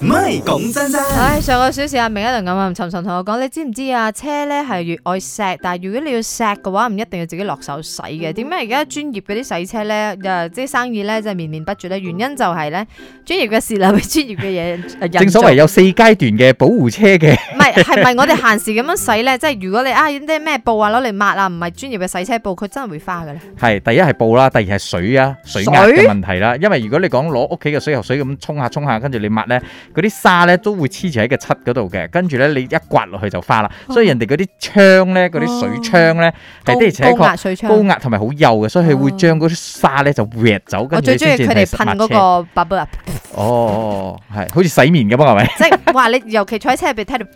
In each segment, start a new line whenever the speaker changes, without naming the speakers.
唔係講真真，
唉，上個小時阿明一輪咁啊，沉沉同我講，你知唔知啊？車咧係越愛錫，但係如果你要錫嘅話，唔一定要自己落手洗嘅。
嗯
點解而家專業嗰啲洗車咧，誒即係生意咧，即係綿綿不絕咧？原因就係咧，專業嘅事留俾專業嘅 嘢呃人
正所
做
謂有四階段嘅保護車 嘅，
唔係係咪我哋閒時咁樣洗咧？即係如果你啊啲咩布啊攞嚟抹啊，唔係專業嘅洗車布，佢真係會花嘅咧。
係第一係布啦，第二係水啊，水壓嘅問題啦。因為如果你講攞屋企嘅水喉水咁沖下沖下，跟住你抹咧，嗰啲沙咧都會黐住喺個漆嗰度嘅，跟住咧你一刮落去就花啦。所以人哋嗰啲窗咧，嗰啲水窗咧係的而且
哦高高
確
壓水槍，
高壓同埋好幼嘅，所以佢會將嗰啲沙咧就搲走，
我
跟住
哦最
你
中意
先至
佢哋噴
係
嗰
抹車。
個 bubble up，
哦哦，哦係好似洗面咁啊，係咪？
即係 哇！你尤其坐喺車入邊聽到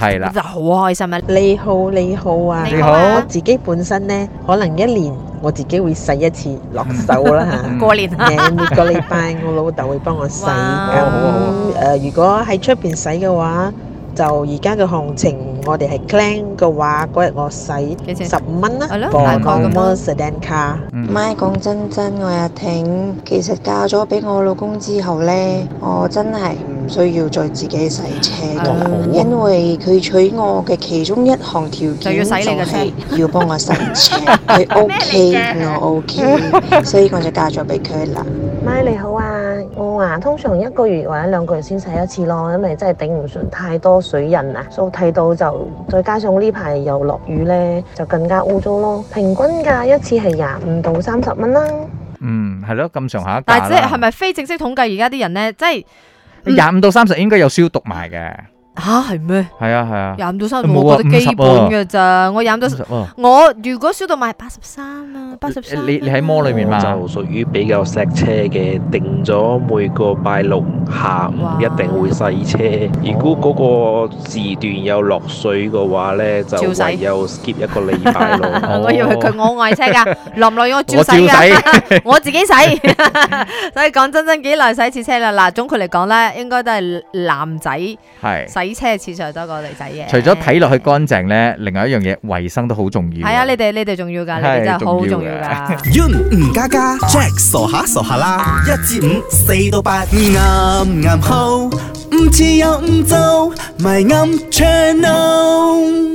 係啦。
就好開心啊！
你好，你好啊！
你好啊
我自己本身呢，可能一年我自己會洗一次落手啦
嗯
過年啊
嚇。誒每個禮拜我老豆會幫我洗。咁
哇
好啊好啊
誒、如果喺出邊洗嘅話，就而家嘅行情，我哋係 clean 嘅話，嗰日我洗
幾錢
十五蚊啦
係咯，
大
放
概咁
咯
m e r c e d a n car。
嗯
咪講真真，我阿挺，其實嫁咗俾我老公之後呢，我真係唔需要再自己洗車噶啦
哦好啊，
因為佢娶我嘅其中一項條
就要
件就
洗你嘅車
係要幫我洗車，佢 OK，我 OK，所以我就嫁咗俾佢啦。
咪你好啊，我啊通常一個月或者兩個月先洗一次咯，因為真係頂唔順太多水印啊，所以睇到就再加上呢排又落雨咧，就更加污糟咯。平均價一次係廿五到三十蚊啦。
嗯，係咯，咁上下價
但係即係
啦
係咪非正式統計而家啲人咧，即係嗯
廿五到三十應該有消毒埋嘅，係
吓係咩？
啊係啊，
廿五到三十，
冇啊
我覺得基本嘅咋。我廿五到
50喎
我如果燒到買八十三啊，八十三。
你你喺魔裏面嘛
我就屬於比較錫車嘅，定咗每個拜六下
哇
午一定會洗車。如果嗰個時段有落水嘅話呢，就
照洗
唯有 skip 一個禮拜咯。
啊 我以為佢我愛車 㗎，落唔落雨我照
哦我照
洗㗎。
洗，
我自己洗，所以講真真幾耐洗一次車啦。嗱，總括嚟講咧，應該都係男仔洗
係。
車嘅次數多過女仔嘅。
除咗睇落去乾淨咧，另外一樣嘢衞生都好重要。
係啊，你哋你哋重要㗎，你哋真係好重要㗎。
Yun 吳家家，Jack 傻下傻下啦，一至五，四到八，啱啱好，唔似有唔做，咪啱 channel。